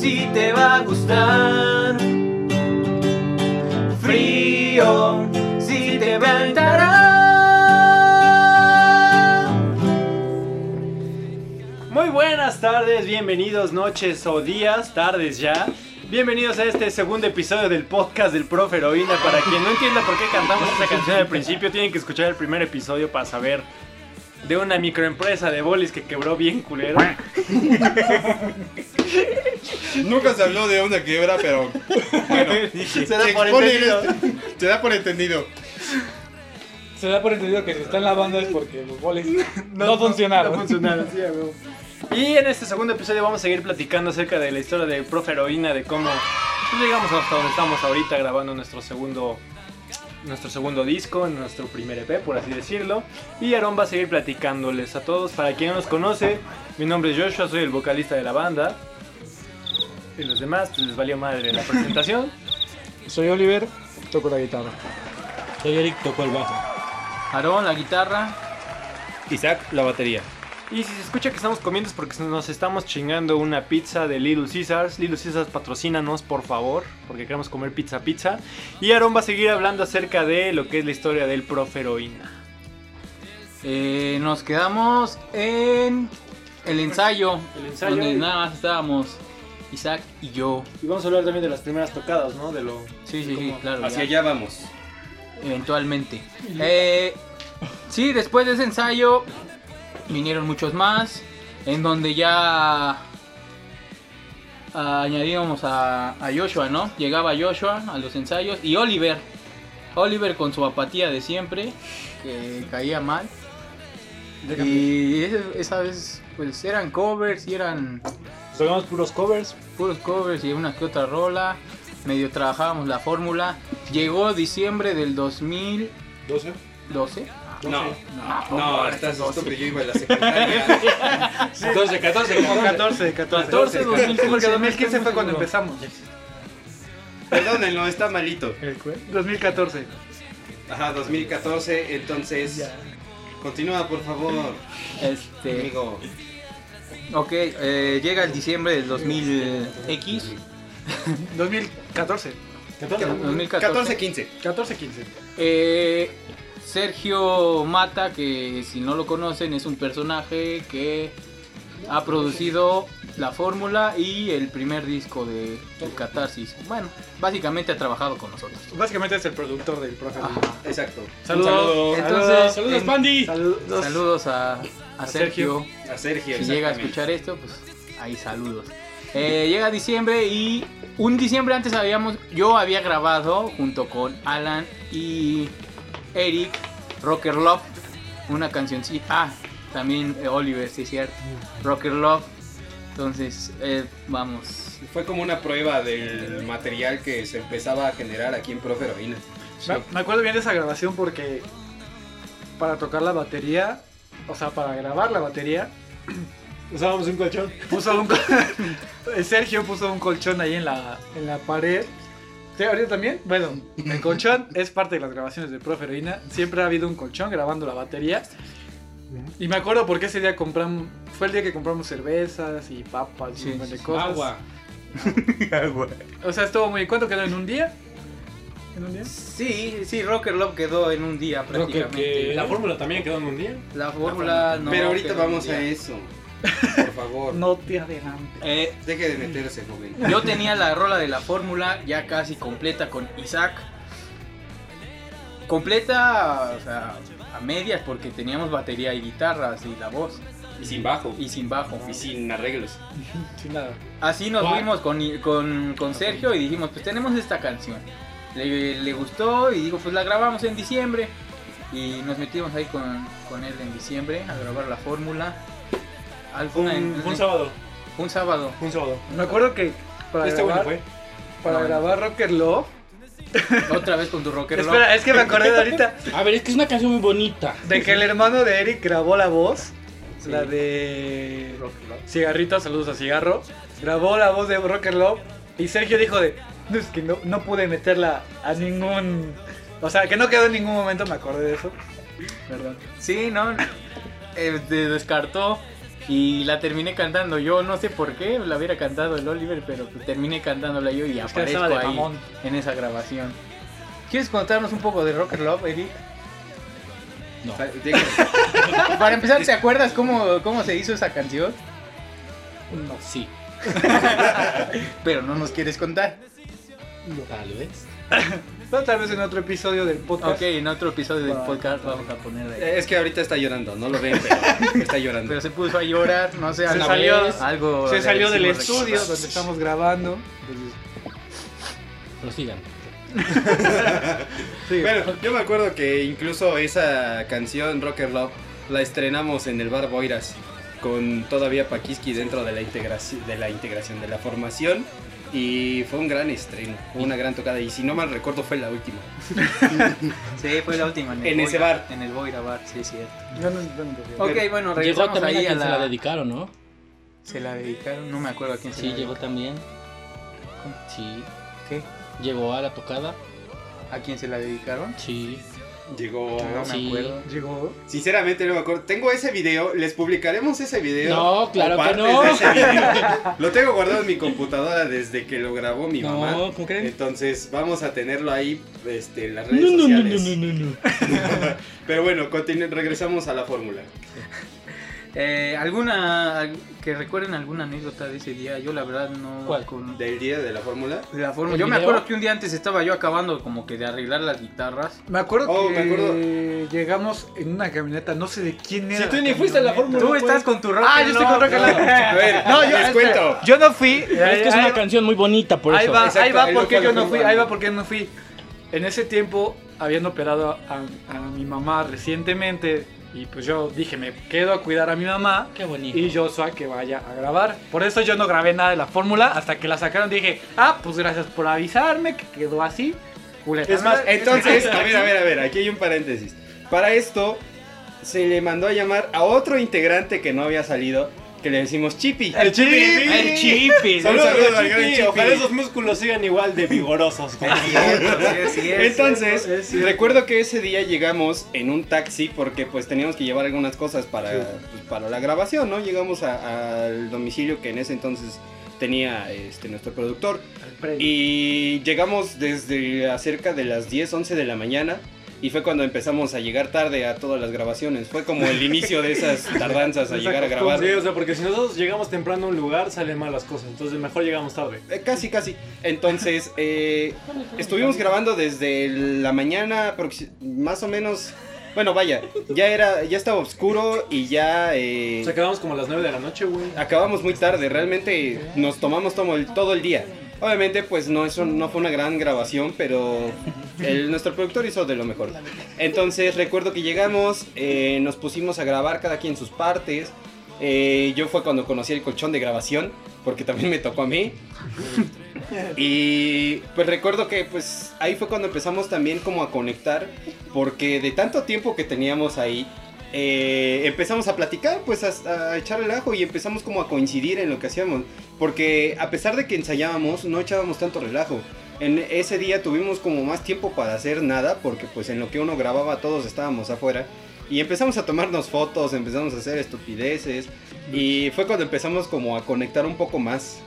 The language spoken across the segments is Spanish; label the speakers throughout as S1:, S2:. S1: ti te va a gustar. Frío, si te ventará. Muy buenas tardes, bienvenidos, noches o días, tardes ya. Bienvenidos a este segundo episodio del podcast del Profe Heroína. Para quien no entienda por qué cantamos esta canción al principio, tienen que escuchar el primer episodio para saber de una microempresa de bolis que quebró bien culero.
S2: Nunca se habló de una quiebra, pero bueno,
S1: Se
S2: se
S1: da por
S2: expone
S1: entendido.
S2: en este- se da por entendido.
S3: Se da por entendido que si están lavando es porque los goles no, funcionaron.
S1: No funcionaron, sí, a huevo. Y en este segundo episodio vamos a seguir platicando acerca de la historia de Profe Heroína, de cómo pues, llegamos hasta donde estamos ahorita grabando nuestro segundo nuestro segundo disco, nuestro primer EP, por así decirlo. Y Aaron va a seguir platicándoles a todos. Para quien no nos conoce, mi nombre es Joshua, soy el vocalista de la banda. Y los demás pues, les valió madre la presentación.
S3: Soy Oliver, toco la guitarra.
S4: Soy Eric, toco el bajo.
S1: Aaron, la guitarra,
S4: Isaac, la batería.
S1: Y si se escucha que estamos comiendo es porque nos estamos chingando una pizza de Little Caesars. Little Caesars, patrocínanos, por favor, porque queremos comer pizza pizza. Y Aaron va a seguir hablando acerca de lo que es la historia del profe heroína.
S5: Eh, nos quedamos en el ensayo,
S1: El ensayo
S5: donde
S1: y-
S5: nada más estábamos Isaac y yo.
S1: Y vamos a hablar también de las primeras tocadas, ¿no? De lo...
S5: Sí, sí, sí, claro.
S2: Hacia
S5: ya,
S2: allá vamos.
S5: Eventualmente. Eh, sí, después de ese ensayo vinieron muchos más, en donde ya ah, añadíamos a, a Joshua, ¿no? Llegaba Joshua a los ensayos y Oliver. Oliver con su apatía de siempre, que caía mal. Y ese- esa vez, pues eran covers y eran
S1: Tocamos puros covers.
S5: puros covers y una que otra rola. Medio trabajábamos la fórmula. Llegó diciembre del 2012.
S2: ¿12? No,
S5: No,
S2: no, estás estúpido. Yo iba a la secundaria.
S4: 14, 14,
S6: Como 14, 14.
S5: 14,
S6: Porque
S5: 2015.
S6: 2015 fue cuando
S5: seguro.
S6: empezamos.
S2: Perdónenlo, está malito.
S6: 2014.
S2: Ajá, 2014, entonces. Continúa, por favor,
S5: Este,
S2: amigo.
S5: ok, eh, llega el diciembre del 2000X.
S6: 2014.
S5: 2014.
S2: 14-15.
S6: 14, 15.
S5: Eh, Sergio Mata, que si no lo conocen, es un personaje que ha producido la fórmula y el primer disco de, de Catarsis. Bueno, básicamente ha trabajado con nosotros.
S6: Básicamente es el productor del profe.
S5: Ajá.
S2: Exacto.
S5: Saludos. Entonces,
S4: Saludos,
S5: en-
S4: Pandi.
S6: Saludos.
S5: Saludos a, a Sergio.
S2: A Sergio.
S5: Si llega a
S2: exactamente.
S5: escuchar esto, pues ahí saludos. Eh, llega diciembre y un diciembre antes habíamos, yo había grabado junto con Alan y Eric Rocker Love una cancioncita. Ah, también eh, Oliver, sí es cierto. Rocker Love. Entonces, eh, vamos.
S2: Fue como una prueba del material que se empezaba a generar aquí en Profe Heroína.
S6: Me, me acuerdo bien de esa grabación porque para tocar la batería, o sea, para grabar la batería,
S1: Usábamos un colchón.
S6: puso un col- Sergio puso un colchón ahí en la, en la pared. ¿Te ahorita también? Bueno, el colchón es parte de las grabaciones de Profe Heroína. Siempre ha habido un colchón grabando la batería. Y me acuerdo porque ese día compramos, fue el día que compramos cervezas y papas y
S5: Sí,
S6: un montón de
S5: sí,
S6: cosas.
S2: Agua.
S6: O sea, estuvo muy. ¿Cuánto quedó en un día? ¿En un día?
S5: Sí, sí, Rocker Love quedó en un día
S4: Rocker,
S5: prácticamente.
S4: que la fórmula también quedó en un día.
S5: La fórmula no.
S2: Pero ahorita
S5: quedó en un
S2: vamos a
S5: día.
S2: eso. Por favor.
S6: No te adelante.
S5: Eh,
S2: Deje de meterse, joven.
S5: Yo tenía la rola de la fórmula ya casi completa con Isaac. Completa, o sea, a medias porque teníamos batería y guitarras y la voz
S2: Y sin bajo.
S5: y sin bajo.
S2: Y sin arreglos.
S6: Sin nada.
S5: Así nos
S4: Wow.
S5: fuimos con, con, con Sergio y dijimos, pues tenemos esta canción. Le, le gustó y digo, pues la grabamos en diciembre. Y nos metimos ahí con, con él en diciembre a grabar la fórmula. Al-
S4: Fue un,
S5: en-
S4: fue un sábado.
S5: un sábado.
S4: fue un sábado.
S6: Me acuerdo que para
S4: Este bueno
S6: grabar,
S4: fue.
S6: para
S5: No,
S6: grabar Rocker Love.
S5: Otra vez con tu rocker. Rock.
S6: Espera, es que me acordé de ahorita
S4: A ver, es que es una canción muy bonita.
S6: de que el hermano de Eric grabó la voz,
S5: Sí.
S6: la de
S5: Rocker Rock.
S6: Cigarrito, saludos a Cigarro. Grabó la voz de Rocker Love y Sergio dijo de, no, es que no, no pude meterla a ningún, o sea, que no quedó en ningún momento, me acordé de eso.
S5: Sí, no. eh, de- descartó. Y la terminé cantando yo, no sé por qué la hubiera cantado el Oliver, pero pues terminé cantándola yo y
S6: que
S5: aparezco
S6: estaba de
S5: ahí
S6: mamón.
S5: en esa grabación. ¿Quieres contarnos un poco de Rocker Love, Eric?
S2: O sea, tiene que-
S5: Para empezar, ¿te acuerdas cómo, cómo se hizo esa canción?
S3: No.
S5: Sí. pero no nos quieres contar.
S4: Tal vez.
S6: No, tal vez en otro episodio del podcast.
S5: Ok, en otro episodio del podcast vamos a poner
S6: Eh.
S5: ahí.
S2: Es que ahorita está llorando, no lo ven, pero está llorando.
S5: Pero se puso a llorar, no sé,
S6: Se
S5: algo-
S6: salió-
S5: algo
S6: Se
S5: le
S6: salió del
S5: hicimos
S6: estudio
S5: recordar.
S6: donde estamos grabando.
S4: Prosigan.
S6: Sí.
S2: Bueno, yo me acuerdo que incluso esa canción Rocker Love la estrenamos en el bar Boiras con todavía Paquiski dentro de la integración de la integración de la formación y fue un gran estreno, fue una gran tocada y si no mal recuerdo fue la última.
S5: Sí, fue la última. el
S2: En ese
S5: Boira-
S2: bar.
S5: En el Boira Bar, sí, es cierto.
S6: Yo no- yo no te digo.
S5: Ok, bueno,
S4: Llegó
S5: regresamos
S4: también a
S5: ahí a
S4: quien se la
S5: la...
S4: dedicaron, ¿no?
S5: Se la dedicaron, no me acuerdo a quién se
S4: Sí,
S5: la
S4: llegó también. Sí.
S5: ¿Qué?
S4: Llegó a la tocada.
S5: dedicaron. ¿A quién se la dedicaron?
S4: Sí.
S2: Llegó
S5: No me
S4: Sí.
S5: acuerdo.
S6: Llegó.
S2: Sinceramente no me acuerdo. Tengo ese video, les publicaremos ese video.
S4: No,
S2: o
S4: claro que
S2: partes
S4: no.
S2: de ese video. Lo tengo guardado en mi computadora desde que lo grabó mi mamá.
S4: No, ¿cómo creen?
S2: Entonces vamos a tenerlo ahí este, en las redes
S4: No, no, no,
S2: sociales.
S4: no, no, no, no.
S2: Pero bueno, continu- regresamos a la fórmula.
S5: Eh, ¿Alguna... al- que recuerden alguna anécdota de ese día? Yo la verdad no...
S4: ¿Cuál?
S5: con- de
S2: Del día de la fórmula.
S5: la forma...
S4: ¿El
S5: Yo me
S4: video?
S5: acuerdo que un día antes estaba yo acabando como que de arreglar las guitarras.
S6: Me acuerdo
S2: Oh,
S6: que
S2: me acuerdo.
S6: llegamos en una camioneta, no sé de quién era.
S1: Si tú
S6: la
S1: ni fuiste a la
S6: camioneta.
S1: Pero
S5: Tú
S1: pues-
S5: estás con tu rock
S6: Ah,
S5: and
S6: yo estoy
S5: roll.
S6: con Rock and
S2: A
S6: Roll.
S2: ver,
S6: No, yo
S2: les
S6: espera,
S2: cuento.
S6: Yo no fui.
S4: Es que es una canción muy bonita, por
S6: ahí
S4: eso.
S6: va, ahí
S2: Exacto,
S6: va
S2: ahí lo
S6: porque
S2: cual
S6: yo no
S2: fue
S6: fui,
S2: bueno.
S6: ahí va porque no fui. En ese tiempo habían operado a, a mi mamá recientemente y pues yo dije, me quedo a cuidar a mi mamá
S4: Qué bonito.
S6: y Joshua que vaya a grabar. Por eso yo no grabé nada de la fórmula hasta que la sacaron dije, ah, pues gracias por avisarme que quedó así. Julieta.
S2: Es más, entonces, a ver, a ver, a ver, aquí hay un paréntesis. Para esto, se le mandó a llamar a otro integrante que no había salido, que le decimos Chippy.
S1: El chipi.
S5: El chipi.
S2: Saludos
S1: Saludos,
S2: al
S1: Chipi.
S2: gran Chipi.
S1: Ojalá esos músculos sigan igual de vigorosos. como-
S2: Entonces, recuerdo que ese día llegamos en un taxi porque pues teníamos que llevar algunas cosas para, pues, para la grabación, ¿no? Llegamos a- al domicilio que en ese entonces tenía este, nuestro productor y llegamos desde acerca de las 10, 11 de la mañana y fue cuando empezamos a llegar tarde a todas las grabaciones. Fue como el inicio de esas tardanzas a llegar a grabar.
S1: pues, Sí, o sea, porque si nosotros llegamos temprano a un lugar, salen mal las cosas. Entonces, mejor llegamos tarde.
S2: Eh, Casi, casi. Entonces, eh, estuvimos grabando desde la mañana, aproxi- más o menos. Bueno, vaya, ya era, ya estaba oscuro y ya eh,
S1: O sea, quedamos como a las 9 de la noche, güey.
S2: acabamos muy tarde. Realmente nos tomamos todo el, todo el día. Obviamente, pues no, eso no fue una gran grabación, pero el- nuestro productor hizo de lo mejor. Entonces, recuerdo que llegamos, eh, nos pusimos a grabar cada quien sus partes. Eh, yo fue cuando conocí el colchón de grabación, porque también me tocó a mí. Y pues recuerdo que pues ahí fue cuando empezamos también como a conectar, porque de tanto tiempo que teníamos ahí, eh, empezamos a platicar, pues a, a echar el ajo y empezamos como a coincidir en lo que hacíamos, porque a pesar de que ensayábamos, no echábamos tanto relajo. En ese día tuvimos como más tiempo para hacer nada, porque pues en lo que uno grababa todos estábamos afuera. Y empezamos a tomarnos fotos, empezamos a hacer estupideces. Y fue cuando empezamos como a conectar un poco más.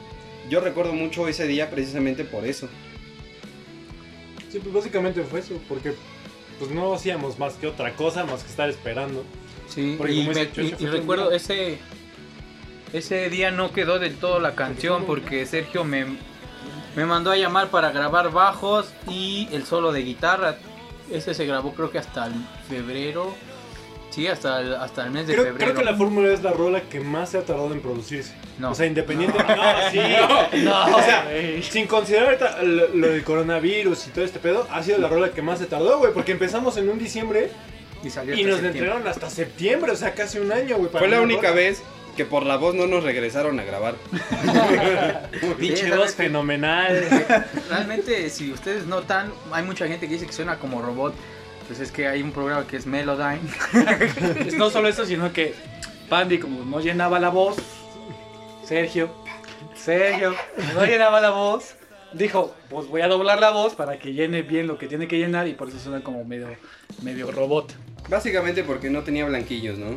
S2: Yo recuerdo mucho ese día precisamente por eso.
S1: Sí, pues básicamente fue eso, porque pues no hacíamos más que otra cosa, más que estar esperando.
S5: Sí,
S1: Porque
S5: y,
S1: como
S5: me-
S1: ese
S5: y-
S1: chocho fue
S5: y
S1: tan
S5: recuerdo
S1: duro.
S5: ese ese día no quedó del todo la canción porque Sergio me, me mandó a llamar para grabar bajos y el solo de guitarra. Ese se grabó creo que hasta el febrero. Sí, hasta el, hasta el mes de
S1: Creo,
S5: febrero.
S1: creo que la fórmula es la rola que más se ha tardado en producirse.
S5: No.
S1: O sea, independiente. No, sí. O sea, sin considerar ahorita lo, lo del coronavirus y todo este pedo, ha sido la rola que más se tardó, güey. Porque empezamos en un diciembre
S5: y salió
S1: y
S5: hasta
S1: nos la
S5: septiembre.
S1: entregaron hasta septiembre, o sea, casi un año, güey. para
S2: Fue la
S1: una
S2: única
S1: rola.
S2: vez que por la voz no nos regresaron a grabar.
S5: Sí,
S1: Pinche
S5: esa
S1: voz
S5: vez-
S1: fenomenal.
S5: Realmente, si ustedes notan, hay mucha gente que dice que suena como robot. Pues es que hay un programa que es Melodyne.
S6: No solo eso, sino que Pandy, como no llenaba la voz, Sergio, Sergio, como no llenaba la voz, dijo, pues voy a doblar la voz para que llene bien lo que tiene que llenar y por eso suena como medio, medio robot.
S2: Básicamente porque no tenía blanquillos, ¿no?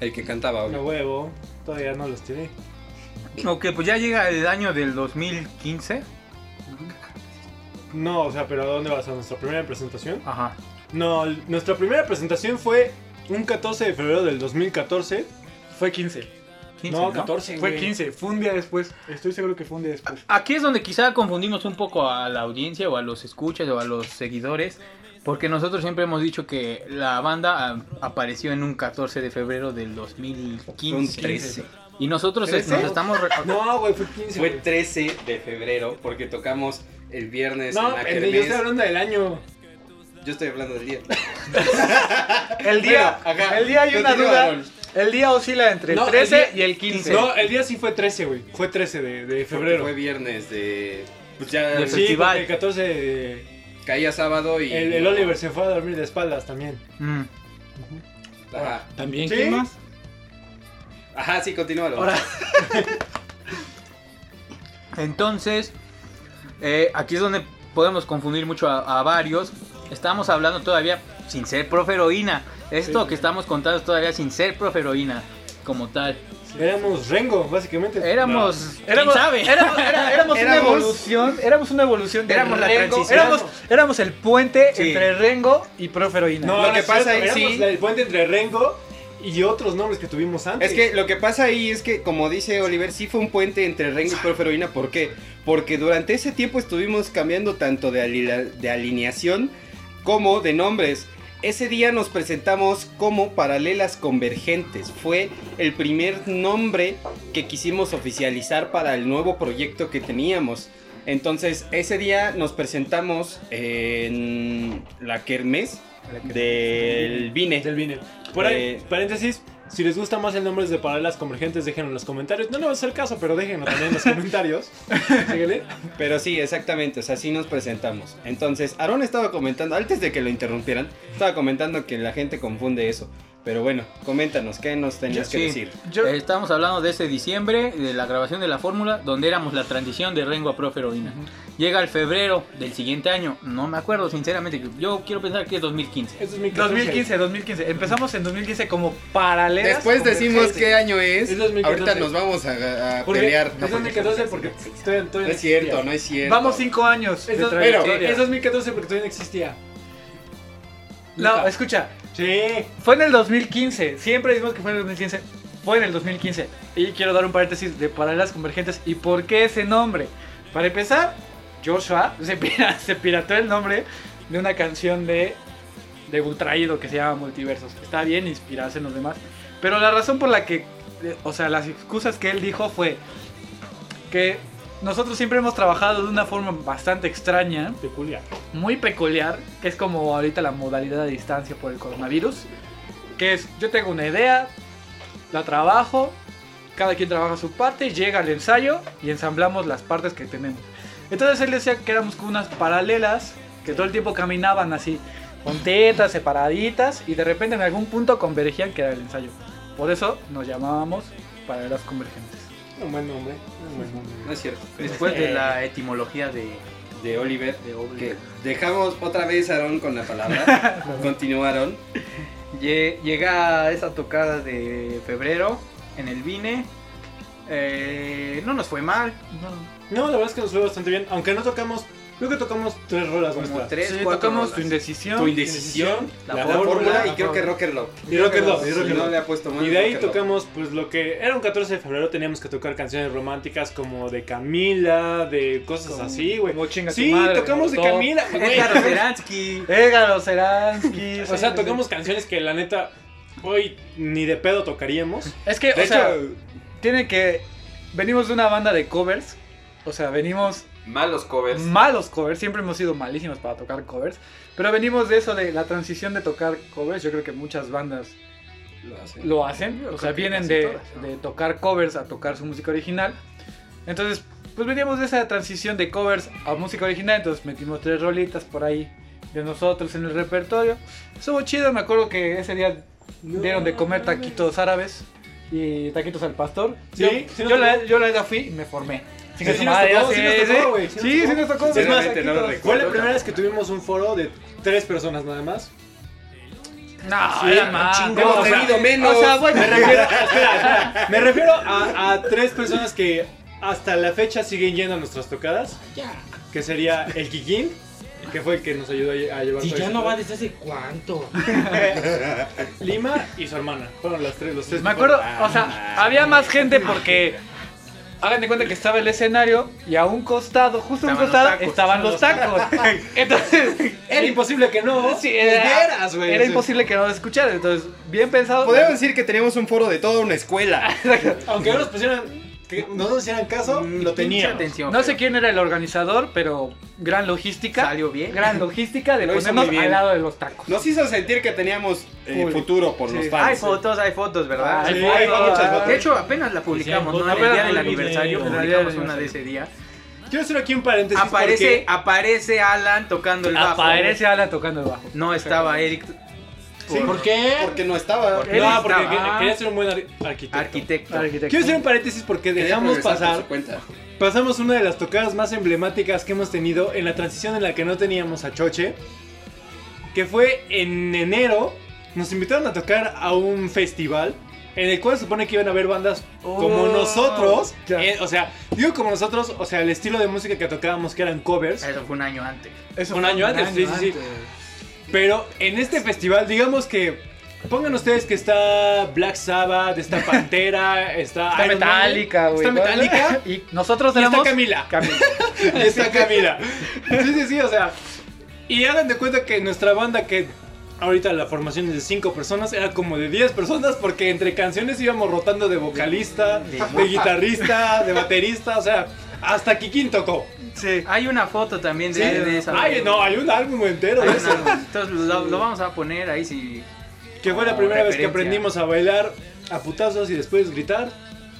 S2: El que cantaba, obvio.
S3: No huevo, todavía no los tiré.
S5: Ok, pues ya llega el año del 2015.
S1: No, o sea, pero ¿a dónde vas? ¿A nuestra primera presentación?
S5: Ajá.
S1: No, l- nuestra primera presentación fue un 14 de febrero del 2014.
S6: Fue 15.
S5: 15,
S1: no,
S5: ¿no?
S1: 14.
S6: Fue
S1: güey.
S6: 15, fue un día después. Estoy seguro que fue un día después.
S5: Aquí es donde quizá confundimos un poco a la audiencia o a los escuchas o a los seguidores, porque nosotros siempre hemos dicho que la banda ah, apareció en un 14 de febrero del
S2: Fue un
S5: 2015.
S2: 13.
S5: Y nosotros eh,
S2: ¿Trece?
S5: nos estamos... re-
S1: No, güey, fue 15.
S2: Fue
S1: güey.
S2: 13 de febrero porque tocamos el viernes
S1: No,
S2: en
S1: pendejo, yo
S2: Akermes.
S1: estoy hablando del año.
S2: Yo estoy hablando del día.
S6: El día,
S2: Bueno, ajá.
S6: el día hay una
S2: Continúa,
S6: duda.
S2: Aaron.
S6: El día oscila entre el
S1: No, el
S6: 13
S1: día-
S6: y el 15.
S1: No, el día sí fue 13, güey. Fue 13 de, de febrero.
S2: Fue viernes de. Pues ya
S5: De
S1: sí,
S5: festival.
S1: porque el 14 de-
S2: caía sábado y.
S1: El, el Oliver se fue a dormir de espaldas también.
S5: Mm.
S2: Ajá.
S4: ¿También
S1: ¿Sí?
S4: quién más?
S2: Ajá, sí, continúalo.
S6: Ahora-
S5: Entonces, eh, aquí es donde podemos confundir mucho a, a varios. Estamos hablando todavía sin ser proferoína. Esto que estamos contando es todavía sin ser proferoína como tal.
S1: Éramos Rengo, básicamente.
S5: Éramos... ¿quién
S6: Éramos,
S5: sabe?
S6: éramos- era- éramos una
S2: Éramos-
S6: evolución, éramos una evolución de
S2: Éramos la
S6: Rengo,
S2: transición.
S6: éramos, éramos el puente
S5: Sí.
S6: entre Rengo y Proferoína.
S1: No,
S2: Lo
S1: no
S2: que
S1: es
S2: pasa
S1: cierto,
S2: es, sí.
S1: éramos la- el puente entre Rengo y otros nombres que tuvimos antes.
S2: Es que lo que pasa ahí es que, como dice Oliver, sí fue un puente entre Rengo y Porferoína. ¿Por qué? Porque durante ese tiempo estuvimos cambiando tanto de, alila- de alineación como de nombres. Ese día nos presentamos como Paralelas Convergentes. Fue el primer nombre que quisimos oficializar para el nuevo proyecto que teníamos. Entonces, ese día nos presentamos en la Kermés del Vine.
S1: Del Vine. Por ahí,
S2: Eh.
S1: paréntesis, si les gusta más el nombre de Paralelas Convergentes, déjenlo en los comentarios. No le va a hacer caso, pero déjenlo también en los comentarios. Síguele.
S2: Pero sí, exactamente, o sea, así nos presentamos. Entonces, Aarón estaba comentando, antes de que lo interrumpieran, estaba comentando que la gente confunde eso. Pero bueno, coméntanos, ¿qué nos tenías que
S5: Sí.
S2: decir?
S6: Yo-
S5: Eh, Estábamos hablando de ese diciembre, de la grabación de la fórmula, donde éramos la transición de Rengo a Proferoína. Llega el febrero del siguiente año, no me acuerdo sinceramente, yo quiero pensar que es 2015.
S1: Eso es mi
S6: 2015, 2015. Empezamos en 2015 como paralelas.
S2: Después decimos
S6: convergentes.
S2: qué año es,
S1: Es 2014.
S2: ahorita nos vamos a, a
S1: Porque-
S2: pelear.
S1: Es 2014 porque estoy, estoy
S2: No es cierto, no es cierto.
S6: Vamos 5 años. de
S1: Es, dos-
S2: Pero-
S1: eh,
S6: trayectoria.
S1: es 2014 porque todavía no existía.
S6: no, escucha.
S1: Sí.
S6: Fue en el 2015. Siempre decimos que fue en el 2015. Fue en el 2015. Y quiero dar un paréntesis de paralelas convergentes. ¿Y por qué ese nombre? Para empezar, Joshua se, pira- se pirató el nombre de una canción de, de Ultraído que se llama Multiversos. Está bien inspirarse en los demás. Pero la razón por la que, eh, o sea, las excusas que él dijo fue que nosotros siempre hemos trabajado de una forma bastante extraña
S1: Peculiar.
S6: muy peculiar, que es como ahorita la modalidad de distancia por el coronavirus, que es yo tengo una idea, la trabajo, cada quien trabaja su parte, llega al ensayo y ensamblamos las partes que tenemos. Entonces él decía que éramos como unas paralelas que todo el tiempo caminaban así, contentas, separaditas y de repente en algún punto convergían que era el ensayo. Por eso nos llamábamos paralelas convergentes.
S1: Un buen nombre. Un buen nombre.
S2: No es cierto.
S5: Después de la etimología de,
S2: De Oliver,
S5: de
S2: que
S5: Oliver.
S2: dejamos otra vez a Aarón con la palabra. Continuaron.
S5: Lle- Llega esa tocada de febrero en el Vine. Eh, no nos fue mal,
S1: No, la verdad es que nos fue bastante bien. Aunque no tocamos, creo que tocamos tres rolas
S5: como
S1: nuestras.
S5: tres,
S6: Sí,
S5: cuatro
S6: tocamos
S5: rolas.
S6: tu indecisión.
S2: Tu indecisión,
S5: La
S2: la,
S5: fórmula,
S2: fórmula y
S1: la
S2: creo que
S1: fórmula.
S2: Rocker Love.
S1: Y Rocket Love, y
S2: Si
S1: Rocket
S2: no
S1: Love.
S2: le ha puesto mal
S1: Y de ahí
S2: Rocker Love.
S1: tocamos, pues lo que era un 14 de febrero, teníamos que tocar canciones románticas como de Camila, de cosas
S6: Como-
S1: así, güey.
S6: como chinga tu
S1: Sí,
S6: madre,
S1: tocamos de
S6: Molotov.
S1: Camila, güey.
S5: Edgar Oceransky.
S6: Égaro, Seransky.
S1: O sea, tocamos canciones que la neta hoy ni de pedo tocaríamos.
S6: Es que,
S2: De
S6: o sea,
S2: hecho,
S6: tiene que. Venimos de una banda de covers. O sea, venimos
S2: malos covers.
S6: malos covers. Siempre hemos sido malísimos para tocar covers. Pero venimos de eso, de la transición de tocar covers. Yo creo que muchas bandas
S2: Lo hacen.
S6: lo hacen.
S5: Yo
S6: O
S5: creo
S6: sea,
S5: que
S6: vienen
S5: casi
S6: de,
S5: todas, ¿no?
S6: de tocar covers a tocar su música original. Entonces, pues veníamos de esa transición de covers a música original. Entonces metimos tres rolitas por ahí de nosotros en el repertorio. Estuvo chido, me acuerdo que ese día dieron de comer taquitos árabes y taquitos al pastor.
S1: Sí,
S6: yo,
S1: sí nos
S6: yo la, yo la neta fui y me formé. Chinga
S1: Sí,
S6: su
S1: sí nos
S6: madre,
S1: tocó, sí
S6: ya sé,
S1: nos tocó,
S6: sí.
S1: güey, sí nos
S6: Sí,
S1: tocó.
S6: sí nos tocó.
S2: Sinceramente, no lo
S6: taquitos.
S2: recuerdo.
S1: Fue la primera vez que tuvimos un foro de tres personas nada más.
S6: No, era más.
S2: Hemos
S1: o sea,
S2: tenido menos.
S1: O sea, bueno, me refiero, espera, espera. Me refiero a, a tres personas que hasta la fecha siguen yendo a nuestras tocadas. Que sería el Kikín, que fue el que nos ayudó a lle- a llevar.
S4: Si
S1: todo
S4: ya
S1: eso.
S4: no va desde hace cuánto.
S1: Lima y su hermana. Fueron las tres, los tres.
S6: Me acuerdo, o sea, había más gente porque. Hagan de cuenta que estaba el escenario y a un costado, justo a un
S5: Estaban los tacos.
S6: costado, estaban los tacos. Entonces,
S1: Era imposible que no.
S6: sí, era,
S2: Vieras, güey,
S6: era
S2: sí.
S6: imposible que no lo escucharan. Entonces, bien pensado.
S2: Podríamos decir que teníamos un foro de toda una escuela.
S1: Aunque no nos pusieran, que no nos hicieran caso, lo
S5: Mucha
S1: tenía.
S5: Mm, atención.
S6: No sé
S5: pero
S6: quién era el organizador, pero gran logística.
S5: Salió bien.
S6: Gran logística de
S2: Lo hizo
S6: ponernos
S2: muy bien.
S6: al lado de los tacos.
S2: Nos hizo sentir que teníamos eh,
S6: Público.
S2: futuro por los
S5: Hay
S2: fans.
S5: fotos, hay fotos, ¿verdad?
S1: Hay
S6: Sí,
S1: fotos,
S6: hay
S1: muchas
S6: fotos.
S2: fotos.
S5: De hecho, apenas la publicamos, ¿no?
S4: Sí,
S5: El
S1: apenas
S5: día del
S1: la publicamos,
S5: aniversario,
S4: sí,
S5: publicamos
S6: sí,
S5: una de
S6: sí.
S5: ese día.
S1: Quiero hacer aquí un paréntesis.
S5: Aparece, aparece Alan tocando el bajo. ¿eh?
S6: Aparece Alan tocando el bajo.
S5: No estaba Eric,
S1: porque- sí,
S4: ¿Por qué?
S2: Porque no estaba.
S5: Porque-
S1: porque- no, porque
S5: estaba-
S1: que- quería ser un buen ar- arquitecto.
S5: arquitecto.
S6: Arquitecto.
S1: Quiero hacer un paréntesis porque dejamos pasar
S2: Cuenta.
S1: Pasamos una de las tocadas más emblemáticas que hemos tenido en la transición en la que no teníamos a Choche, que fue en enero. Nos invitaron a tocar a un festival en el cual se supone que iban a haber bandas como
S6: Oh,
S1: nosotros.
S6: ya.
S1: eh, o sea, digo como nosotros, o sea, el estilo de música que tocábamos que eran covers.
S5: Ah, Eso fue un año antes.
S1: Eh, Eso un año antes, sí, sí, sí. Pero en este festival, digamos que pongan ustedes que está Black Sabbath, está Pantera, está,
S6: Está
S1: Iron Maiden,
S6: metálica, güey.
S1: Está metálica.
S6: Y nosotros
S1: Y está
S6: éramos.
S1: Camila.
S6: Camila.
S1: Ahí está Camila. Sí, sí, sí, o sea. Y hagan de cuenta que nuestra banda, que ahorita la formación es de 5 personas, era como de 10 personas porque entre canciones íbamos rotando de vocalista, de guitarrista, de baterista, o sea, hasta Kikín tocó.
S6: Sí.
S5: Hay una foto también de,
S1: Sí.
S5: de esa.
S1: Ay, no, hay un álbum entero
S5: Hay
S1: de
S5: un
S1: eso.
S5: álbum. Entonces lo, lo vamos a poner ahí si.
S1: Que fue la
S5: Como
S1: primera vez que
S5: referencia.
S1: aprendimos a bailar a putazos y después gritar.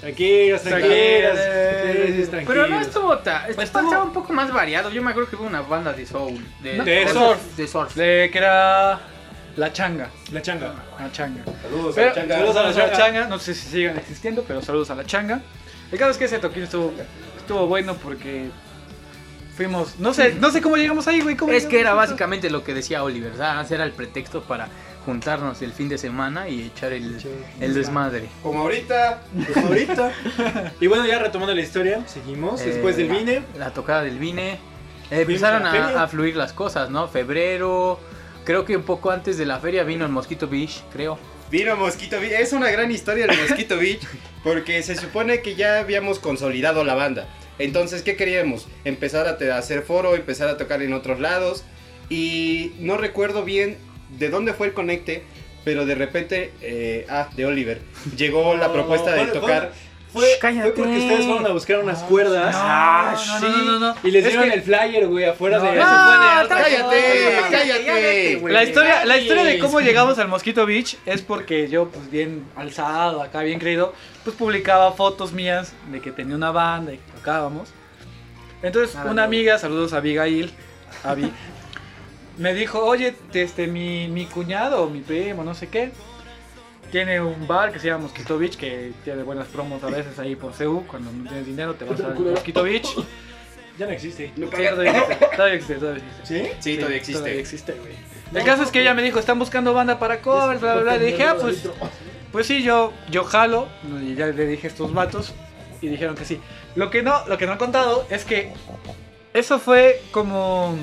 S1: Tranquilas, tranquilas. sí, sí, tranquilos.
S5: Pero no estuvo tan.
S1: Pues
S5: estaba
S1: estuvo-
S5: un poco más variado. Yo me acuerdo que hubo una banda de soul. De,
S1: No, de surf.
S5: De surf.
S6: De que era. La changa.
S1: La changa.
S6: La changa.
S2: Saludos
S6: Pero-
S2: al Changa.
S1: Saludos a la
S5: Ah.
S6: Saludos a la
S1: changa.
S6: changa. No sé si sigan existiendo, pero saludos a la changa. El caso es que ese toquín estuvo, estuvo bueno porque fuimos. No sé, no sé cómo llegamos ahí, güey. ¿cómo
S5: Es que era
S6: llegamos?
S5: básicamente lo que decía Oliver, ¿sabes? Era el pretexto para juntarnos el fin de semana y echar el, el desmadre.
S2: Como ahorita.
S1: Pues
S2: Como ahorita.
S1: Y bueno, ya retomando la historia, seguimos. Después
S5: Eh,
S1: del vine,
S5: La tocada del Vine. Eh, empezaron
S1: a la feria.
S5: a, a fluir las cosas, ¿no? Febrero. Creo que un poco antes de la feria vino el Mosquito Beach, creo.
S2: Vino Mosquito Beach. Es una gran historia de Mosquito Beach. Porque se supone que ya habíamos consolidado la banda. Entonces, ¿qué queríamos? Empezar a te- a hacer foro, empezar a tocar en otros lados. Y no recuerdo bien de dónde fue el conecte. Pero de repente, eh, ah, de Oliver, llegó la
S1: No,
S2: propuesta de
S1: fue- fue-
S2: tocar.
S1: Oh, Fue,
S5: Shh,
S1: fue
S5: cállate.
S1: porque ustedes fueron a buscar unas cuerdas.
S6: Ah,
S5: no, no, no, no, no.
S1: Y les
S6: Es
S1: dieron
S6: que-
S1: el flyer, güey, afuera
S6: No,
S1: de.
S6: no,
S1: Eso fue de otra-
S2: Ah, ¡Cállate! ¡Cállate!
S6: La historia, la historia de cómo llegamos al Mosquito Beach es porque yo, pues bien alzado, acá bien creído, pues publicaba fotos mías de que tenía una banda y que tocábamos. Entonces,
S5: Nada
S6: una
S5: nuevo.
S6: amiga, saludos a Abigail, Abby, me dijo, oye, este, mi, mi cuñado o mi primo, no sé qué, tiene un bar que se llama Mosquito Beach, que tiene buenas promos a veces ahí por CU, cuando no tienes dinero te vas al Mosquito Beach.
S1: Ya no existe.
S2: No,
S6: Sí, todavía existe, todavía existe, todavía
S1: ¿Sí?
S6: existe.
S2: Sí, todavía existe.
S6: güey. El caso es que ella me dijo, están buscando banda para covers, bla, bla, bla. Y dije, ah, pues, pues sí, yo, yo jalo. Y ya le dije a estos vatos y dijeron que sí. Lo que no, lo que no han contado es que eso fue como...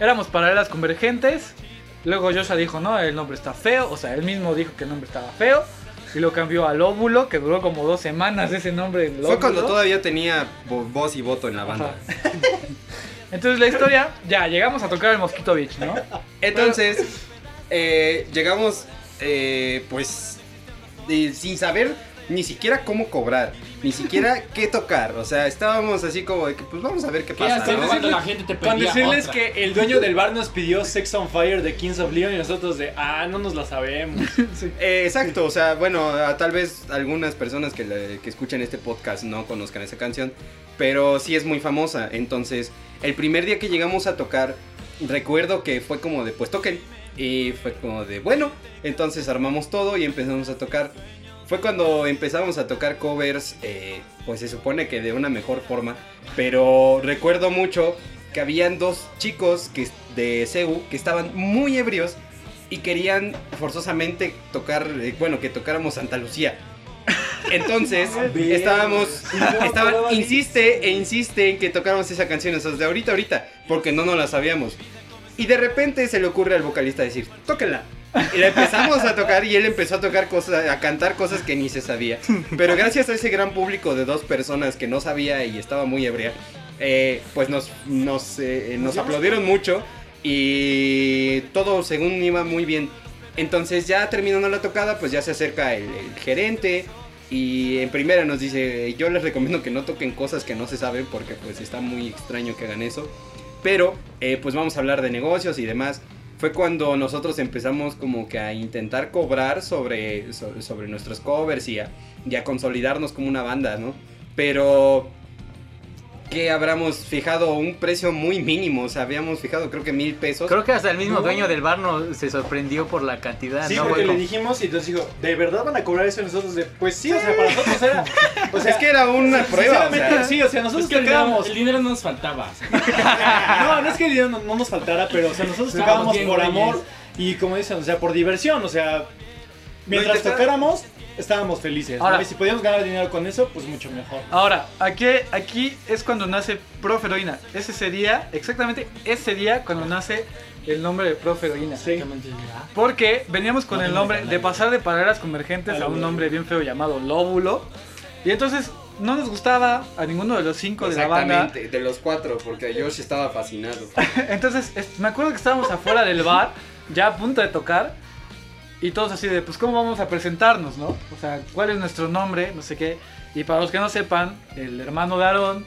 S6: Éramos paralelas convergentes. Luego Joshua dijo, no, el nombre está feo. O sea, él mismo dijo que el nombre estaba feo. Y lo cambió al óvulo, que duró como dos semanas ese nombre. el
S2: Fue cuando
S6: óvulo.
S2: todavía tenía vo- voz y voto en la banda.
S6: Entonces la historia, ya, llegamos a tocar el Mosquito Beach, ¿no?
S2: Entonces, eh, llegamos, eh, pues, eh, sin saber ni siquiera cómo cobrar, ni siquiera qué tocar. O sea, estábamos así como de que, pues, vamos a ver qué
S4: ¿Qué
S2: pasa,
S4: hacer
S2: ¿no?
S4: cuando la gente te pedía
S1: Con decirles
S4: Pues otra?
S1: que el dueño del bar nos pidió Sex on Fire de Kings of Leon y nosotros de, ah, no nos la sabemos.
S2: Eh, exacto, o sea, bueno, a- tal vez algunas personas que, le- que escuchan este podcast no conozcan esa canción, pero sí es muy famosa. Entonces, el primer día que llegamos a tocar, recuerdo que fue como de, pues toquen. Y fue como de, bueno, entonces armamos todo y empezamos a tocar. Fue cuando empezamos a tocar covers, eh, pues se supone que de una mejor forma, pero recuerdo mucho que habían dos chicos que, de CEU que estaban muy ebrios y querían forzosamente tocar, eh, bueno, que tocáramos Santa Lucía. Entonces, estábamos, estaban, insiste e insiste en que tocáramos esa canción, o sea, de ahorita, ahorita, porque no nos la sabíamos. Y de repente se le ocurre al vocalista decir, tóquenla. Y la empezamos a tocar y él empezó a tocar cosas, a cantar cosas que ni se sabía. Pero gracias a ese gran público de dos personas que no sabía y estaba muy ebria, eh, pues nos, nos, eh, nos aplaudieron mucho y todo según iba muy bien. Entonces ya terminando la tocada, pues ya se acerca el, el gerente y en primera nos dice, yo les recomiendo que no toquen cosas que no se saben porque pues está muy extraño que hagan eso. Pero eh, pues vamos a hablar de negocios y demás. Fue cuando nosotros empezamos como que a intentar cobrar sobre, sobre, sobre nuestros covers y a, y a consolidarnos como una banda, ¿no? Pero que habríamos fijado un precio muy mínimo, o sea, habíamos fijado creo que mil pesos.
S5: Creo que hasta el mismo dueño del bar no, se sorprendió por la cantidad.
S7: Sí,
S5: ¿no?
S7: porque
S5: Fue
S7: le dijimos y entonces dijo, ¿de verdad van a cobrar eso? Y nosotros, de, pues sí, o sea, para nosotros era. O sea,
S2: Pues, es que era una prueba. O
S7: sinceramente,
S2: sea,
S7: sí, o sea, nosotros tocábamos.
S4: El dinero no nos faltaba.
S7: No, no es que el dinero no, no nos faltara, pero o sea, nosotros tocábamos
S4: Estábamos bien
S7: por
S4: güeyes.
S7: amor y como dicen, o sea, por diversión, o sea, mientras tocáramos estábamos felices. ¿no?
S6: Ahora-
S7: Y si podíamos ganar dinero con eso, pues mucho mejor.
S6: Ahora, aquí, aquí es cuando nace Proferoína. Es ese día, exactamente ese día, cuando nace el nombre de Proferoína. Porque veníamos con
S4: No
S6: el
S4: tengo
S6: nombre
S4: idea,
S6: de
S4: nadie.
S6: pasar de palabras convergentes a un nombre bien feo llamado Lóbulo. Y entonces no nos gustaba a ninguno de los cinco de la banda.
S2: exactamente, de los cuatro, porque Josh estaba fascinado.
S6: Entonces es- me acuerdo que estábamos afuera del bar, ya a punto de tocar. Y todos así de, pues, ¿cómo vamos a presentarnos, no? O sea, ¿cuál es nuestro nombre? No sé qué. Y para los que no sepan, el hermano de Aarón,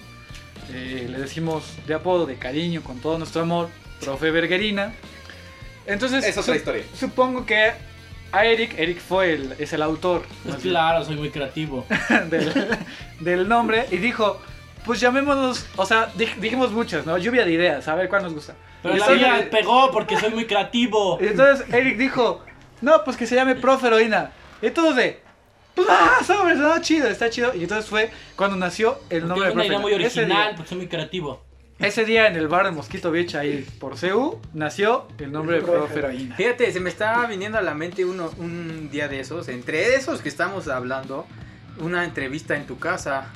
S6: eh, le decimos de apodo, de cariño, con todo nuestro amor, profe Bergerina. Entonces,
S2: Es otra historia.
S6: supongo que a Eric, Eric fue el, es el autor
S4: Pues
S6: más
S4: claro, soy muy creativo.
S6: bien, del, del nombre y dijo, pues llamémonos, o sea, dij- dijimos muchas, ¿no? Lluvia de ideas, a ver cuál nos gusta.
S4: Pero
S6: Y
S4: la
S6: entonces-
S4: vida pegó porque soy muy creativo.
S6: y entonces Eric dijo, no, pues que se llame Proferoína. Y todos de, pues ah, sobres, no, chido, está chido. Y entonces fue cuando nació el
S4: Tengo
S6: nombre de
S4: una idea
S6: Proferoína.
S4: muy
S6: Ese
S4: original
S6: día-
S4: porque soy muy creativo.
S6: Ese día en el bar de Mosquito Beach ahí por CEU nació el nombre de Proferoína.
S5: Fíjate, se me estaba viniendo a la mente uno, un día de esos, entre esos que estamos hablando, una entrevista en tu casa.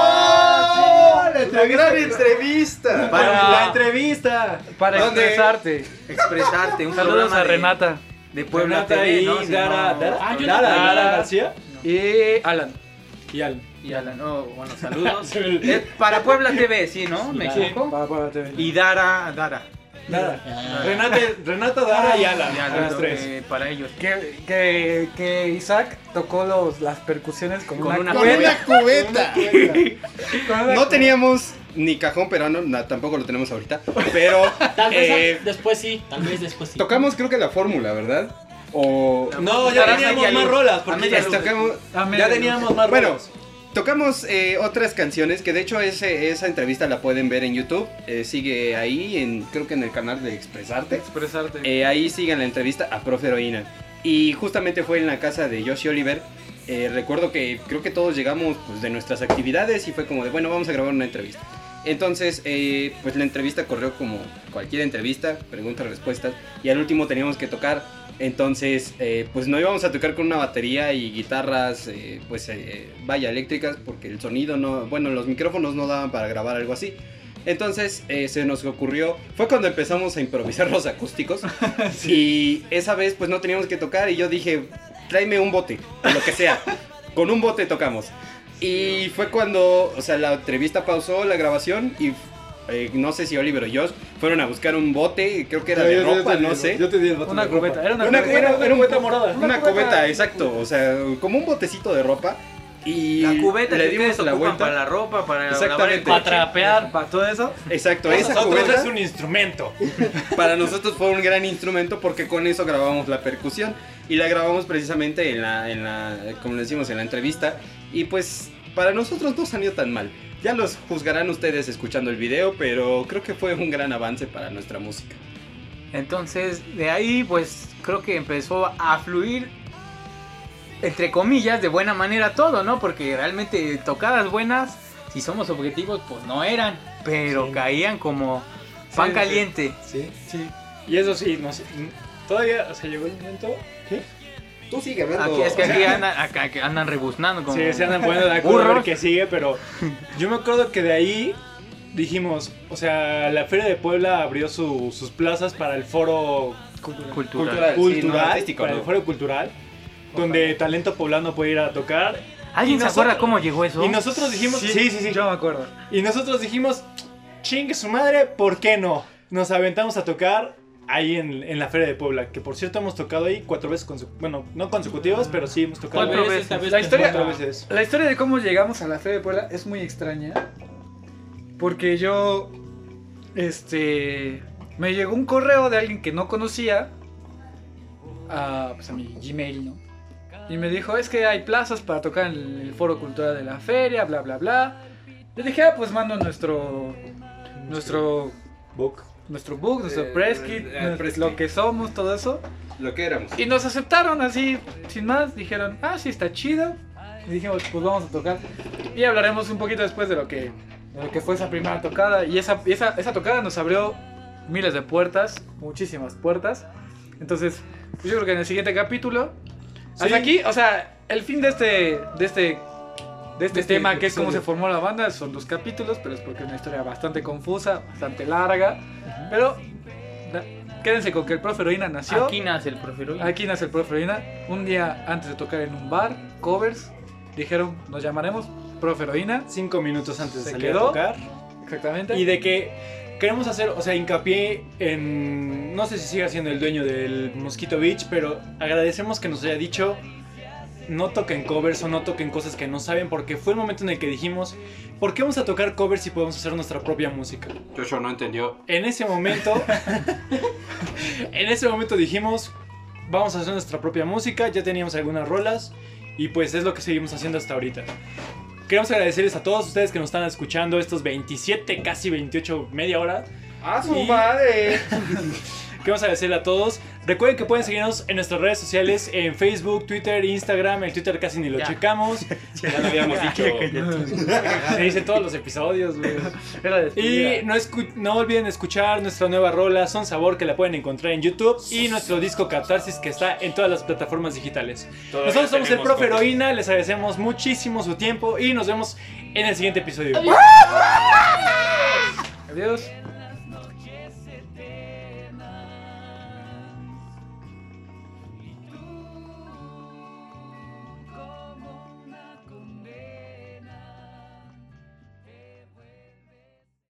S6: ¡Ah!
S2: ¡La ¡Oh! gran entrevista!
S5: Para-
S7: La entrevista.
S6: Para
S2: ¿Dónde?
S6: expresarte.
S5: Expresarte, un
S6: Saludos
S5: programa
S6: a
S5: de-
S6: Renata
S5: De, Puebla
S7: Renata
S5: TV,
S7: y
S5: ¿no? Si
S7: Dara,
S5: no-
S7: Dara,
S4: Ah, yo
S7: Dara,
S4: no-
S7: Dara García.
S1: Ah,
S6: y Alan.
S7: Y Alan.
S5: Y Alan, no, bueno, saludos.
S7: Se me-
S5: Eh, para Puebla TV, sí, ¿no? ¿Me
S4: Sí.
S5: equivoco?
S6: Para, para TV.
S5: Y Dara, Dara.
S4: Ah.
S7: Dara. Renata, Renata, Dara y Alan.
S5: Y
S7: Las tres.
S5: eh, para ellos.
S6: Que, que, que Isaac tocó los, las percusiones con,
S5: Con una
S6: cu-
S2: Con una cubeta.
S6: con una
S2: No
S6: cu-
S2: teníamos ni cajón peruano, na- tampoco lo tenemos ahorita, pero
S4: Tal vez
S2: eh,
S4: a- después sí, tal vez después sí.
S2: tocamos creo que la fórmula, ¿verdad? O
S7: No, ya
S5: A
S7: teníamos
S5: media
S7: más
S5: luz.
S7: rolas.
S5: A
S7: Porque
S5: media
S7: ya,
S5: luz.
S2: tocamos,
S6: Ah, mira,
S7: ya teníamos más
S2: Bueno,
S7: rolas.
S2: Tocamos eh, otras canciones que de hecho ese- esa entrevista la pueden ver en YouTube. eh, sigue ahí, en, creo que en el canal de Expresarte.
S6: Expresarte.
S2: Eh, ahí siguen la entrevista a Profe Heroína. Y justamente fue en la casa de Yoshi Oliver. Eh, recuerdo que creo que todos llegamos pues, de nuestras actividades y fue como de, bueno, vamos a grabar una entrevista. Entonces, eh, pues la entrevista corrió como cualquier entrevista, preguntas, respuestas. Y al último teníamos que tocar. Entonces, eh, pues no íbamos a tocar con una batería y guitarras, eh, pues eh, vaya, eléctricas, porque el sonido no, bueno, los micrófonos no daban para grabar algo así. Entonces eh, se nos ocurrió, fue cuando empezamos a improvisar los acústicos y esa vez pues no teníamos que tocar y yo dije, tráeme un bote, o lo que sea, con un bote tocamos. Y fue cuando, o sea, la entrevista pausó la grabación y eh, no sé si Oliver o Josh fueron a buscar un bote, creo que era de ropa, no sé.
S7: Yo te di el voto
S6: una
S7: de ropa.
S6: cubeta. Era una,
S2: Una
S6: cubeta.
S2: cubeta, era un
S7: cubeta
S2: bote.
S7: morada.
S2: Una cubeta, exacto, o sea, como un botecito de ropa y
S5: La cubeta
S2: le
S5: que ustedes
S2: dimos la
S5: ocupan
S2: vuelta.
S5: para la ropa, para lavar el
S2: Exactamente.
S6: Para
S5: coche.
S6: trapear, para todo eso.
S2: Exacto,
S7: Para
S2: esa
S7: nosotros
S2: cubeta
S7: es un instrumento.
S2: para nosotros fue un gran instrumento porque con eso grabamos la percusión y la grabamos precisamente en la, en la como le decimos, en la entrevista y pues para nosotros no salió tan mal. Ya los juzgarán ustedes escuchando el video, pero creo que fue un gran avance para nuestra música.
S5: Entonces, de ahí, pues, creo que empezó a fluir, entre comillas, de buena manera todo, ¿no? Porque realmente tocadas buenas, si somos objetivos, pues no eran, pero caían como pan
S6: Sí,
S5: caliente.
S6: Sí.
S1: Y eso sí, nos, todavía, o sea, llegó el momento.
S2: Tú sigue hablando.
S5: Aquí, es que aquí andan, acá, que andan rebuznando como...
S1: Sí, se andan poniendo de acuerdo a ver
S5: Burros.
S1: qué sigue, pero yo me acuerdo que de ahí dijimos, o sea, la Feria de Puebla abrió su- sus plazas para el foro cultural,
S5: Cultural.
S2: Cultural, sí, no,
S1: cultural,
S2: artístico,
S1: para
S2: no.
S1: el foro cultural, donde talento poblano puede ir a tocar.
S5: ¿Alguien
S1: Y
S5: se
S1: nosotros-
S5: acuerda cómo llegó eso?
S1: Y nosotros dijimos, sí, sí, sí,
S6: Yo me acuerdo.
S1: y nosotros dijimos, chingue su madre, ¿por qué no? Nos aventamos a tocar ahí en, en la Feria de Puebla, que por cierto hemos tocado ahí cuatro veces, conse- bueno, no consecutivas, pero sí hemos tocado
S5: Cuatro
S1: ahí
S5: veces.
S4: esta vez
S6: La
S4: que
S6: historia-
S4: fue-
S1: cuatro veces.
S6: La historia de cómo llegamos a la Feria de Puebla es muy extraña. Porque yo. Este. Me llegó un correo de alguien que no conocía. A, pues a mi Gmail, ¿no? Y me dijo: Es que hay plazas para tocar en el, foro cultural de la feria, bla, bla, bla. Le dije: Ah, pues mando nuestro. Nuestro.
S1: Book.
S6: Nuestro book, nuestro
S2: Eh,
S6: press kit,
S2: eh,
S6: nuestro-
S2: press
S6: lo
S2: kit.
S6: que somos, todo eso.
S2: Lo que éramos.
S6: Pues, Y nos aceptaron así, sin más. Dijeron, ah, sí, está chido. Y dijimos, pues vamos a tocar. Y hablaremos un poquito después de lo que, de lo que fue esa primera tocada. Y esa, y esa, esa tocada nos abrió miles de puertas, muchísimas puertas. Entonces, pues yo creo que en el siguiente capítulo.
S1: Sí.
S6: Hasta aquí, o sea, el fin de este, de este, de este
S1: este
S6: tema, que es cómo se
S1: episodio.
S6: formó la banda, son dos capítulos, pero es porque es una historia bastante confusa, bastante larga. Pero na- quédense con que el profe Heroína nació.
S5: Aquí nace el profe Roy.
S6: Aquí nace el Profe Heroína. Un día antes de tocar en un bar, covers, dijeron, nos llamaremos Profe Heroína.
S1: Cinco minutos antes de
S6: Se
S1: salir
S6: quedó.
S1: a tocar.
S6: Exactamente.
S1: Y de que queremos hacer, o sea, hincapié en. No sé si siga siendo el dueño del Mosquito Beach, pero agradecemos que nos haya dicho. No toquen covers o no toquen cosas que no saben, porque fue el momento en el que dijimos: ¿Por qué vamos a tocar covers si podemos hacer nuestra propia música?
S2: Joshua no entendió.
S1: En ese momento. en ese momento dijimos: Vamos a hacer nuestra propia música. Ya teníamos algunas rolas. Y pues es lo que seguimos haciendo hasta ahorita. Queremos agradecerles a todos ustedes que nos están escuchando estos 27, casi 28, media hora.
S2: ¡A
S1: su
S2: su madre!
S1: Queremos agradecerle a todos. Recuerden que pueden seguirnos en nuestras redes sociales, en Facebook, Twitter, Instagram. El Twitter casi ni lo
S5: Ya.
S1: checamos.
S2: Ya lo habíamos dicho.
S1: Se dice todos los episodios, güey.
S6: Era despedida.
S1: Y no, escu- no olviden escuchar nuestra nueva rola Son Sabor que la pueden encontrar en YouTube y nuestro disco Catarsis que está en todas las plataformas digitales.
S2: Todavía
S1: Nosotros somos el
S2: tenemos
S1: Profe
S2: copia.
S1: Heroína, les agradecemos muchísimo su tiempo y nos vemos en el siguiente episodio.
S6: Adiós.